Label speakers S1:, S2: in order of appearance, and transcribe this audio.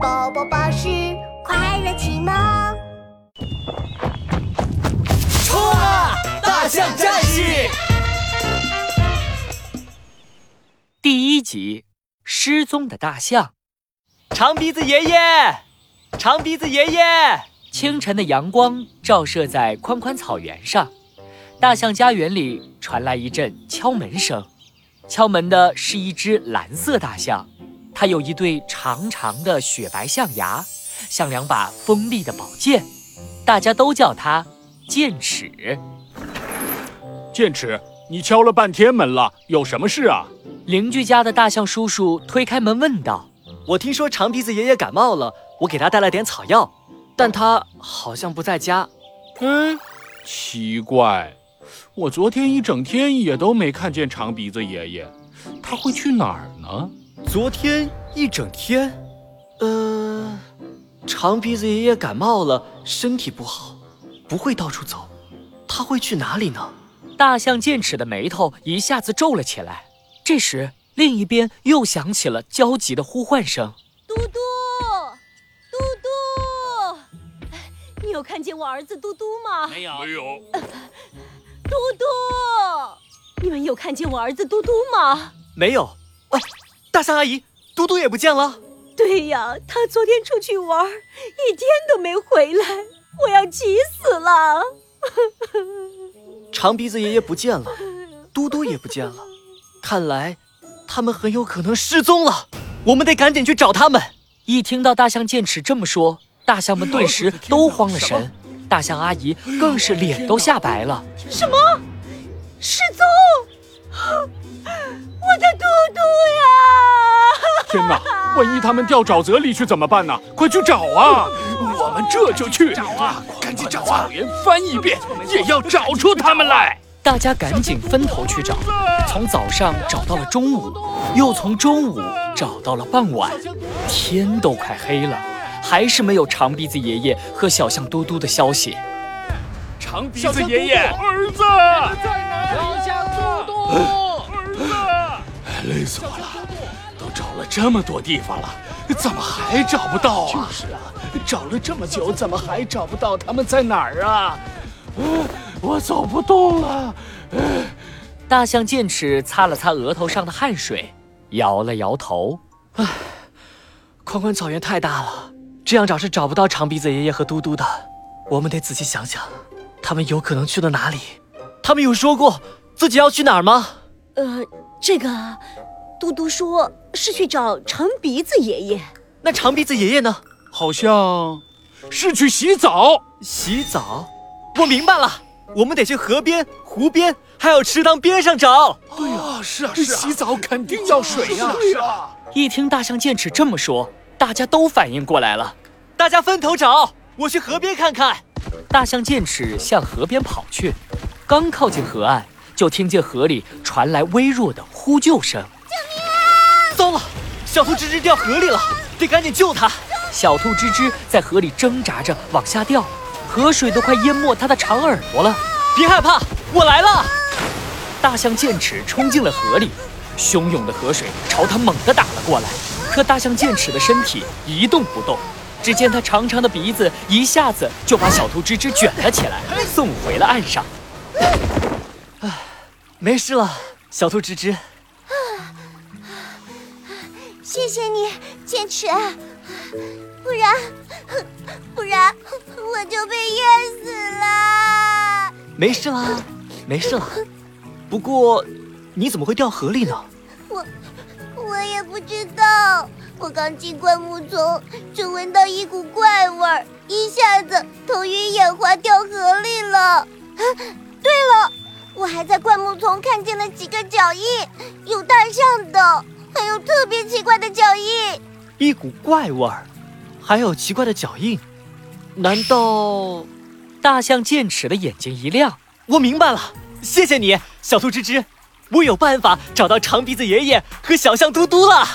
S1: 宝宝巴士快乐启蒙。
S2: 冲啊！大象战士！
S3: 第一集：失踪的大象。
S2: 长鼻子爷爷，长鼻子爷爷，
S3: 清晨的阳光照射在宽宽草原上，大象家园里传来一阵敲门声。敲门的是一只蓝色大象，它有一对长长的雪白象牙，像两把锋利的宝剑。大家都叫它剑齿。
S4: 剑齿，你敲了半天门了，有什么事啊？
S3: 邻居家的大象叔叔推开门问道。
S2: 我听说长鼻子爷爷感冒了，我给他带来点草药，但他好像不在家。
S4: 嗯，奇怪，我昨天一整天也都没看见长鼻子爷爷，他会去哪儿呢？
S2: 昨天一整天，呃，长鼻子爷爷感冒了，身体不好，不会到处走，他会去哪里呢？
S3: 大象剑齿的眉头一下子皱了起来。这时，另一边又响起了焦急的呼唤声。
S5: 嘟嘟，嘟嘟，你有看见我儿子嘟嘟吗？
S4: 没有，没有。
S5: 嘟嘟，你们有看见我儿子嘟嘟吗？
S2: 没有。喂、大象阿姨，嘟嘟也不见了。
S5: 对呀，他昨天出去玩儿，一天都没回来，我要急死了。
S2: 长鼻子爷爷不见了，嘟嘟也不见了，看来他们很有可能失踪了。我们得赶紧去找他们。
S3: 一听到大象剑齿这么说，大象们顿时都慌了神，大象阿姨更是脸都吓白了。
S5: 失 踪，我的嘟嘟呀！
S4: 天哪，万一他们掉沼泽里去怎么办呢？快去找啊！我们这就去找啊！赶紧找啊！草原翻一遍，也要找出他们来。
S3: 大家赶紧分头去找，从早上找到了中午，又从中午找到了傍晚，天都快黑了，还是没有长鼻子爷爷和小象嘟嘟的消息。
S4: 长鼻子爷爷，儿子，小象嘟嘟，儿子，累死我了！都找了这么多地方了，怎么还找不到啊？就是啊，找了这么久，怎么还找不到？他们在哪儿啊？我走不动了。
S3: 大象剑齿擦了擦额头上的汗水，摇了摇头。
S2: 宽宽草原太大了，这样找是找不到长鼻子爷爷和嘟嘟的。我们得仔细想想，他们有可能去了哪里？他们有说过自己要去哪儿吗？
S5: 呃，这个啊嘟嘟说是去找长鼻子爷爷。
S2: 那长鼻子爷爷呢？
S4: 好像是去洗澡。
S2: 洗澡？我明白了，我们得去河边、湖边，还有池塘边上找。
S4: 对啊，是啊，是啊，洗澡肯定要水呀、是啊，
S3: 一听大象剑齿这么说，大家都反应过来了。
S2: 大家分头找，我去河边看看。
S3: 大象剑齿向河边跑去，刚靠近河岸，就听见河里传来微弱的呼救声。
S2: 糟了，小兔吱吱掉河里了，得赶紧救它。
S3: 小兔吱吱在河里挣扎着往下掉，河水都快淹没它的长耳朵了。
S2: 别害怕，我来了。
S3: 大象剑齿冲进了河里，汹涌的河水朝它猛地打了过来。可大象剑齿的身体一动不动，只见它长长的鼻子一下子就把小兔吱吱卷了起来，送回了岸上。
S2: 没事了，小兔吱吱。
S1: 谢谢你，剑齿，不然 不然我就被淹死了。
S2: 没事啦，没事啦。不过，你怎么会掉河里呢？
S1: 我我也不知道，我刚进灌木丛，就闻到一股怪味儿，一下子头晕眼花，掉河里了。 啊对了，我还在灌木丛看见了几个脚印，有大象的，还有特别奇怪的脚印。
S2: 一股怪味儿，还有奇怪的脚印。难道
S3: 大象剑齿的眼睛一亮，
S2: 我明白了？谢谢你，小兔吱吱。我有办法找到长鼻子爷爷和小象嘟嘟了。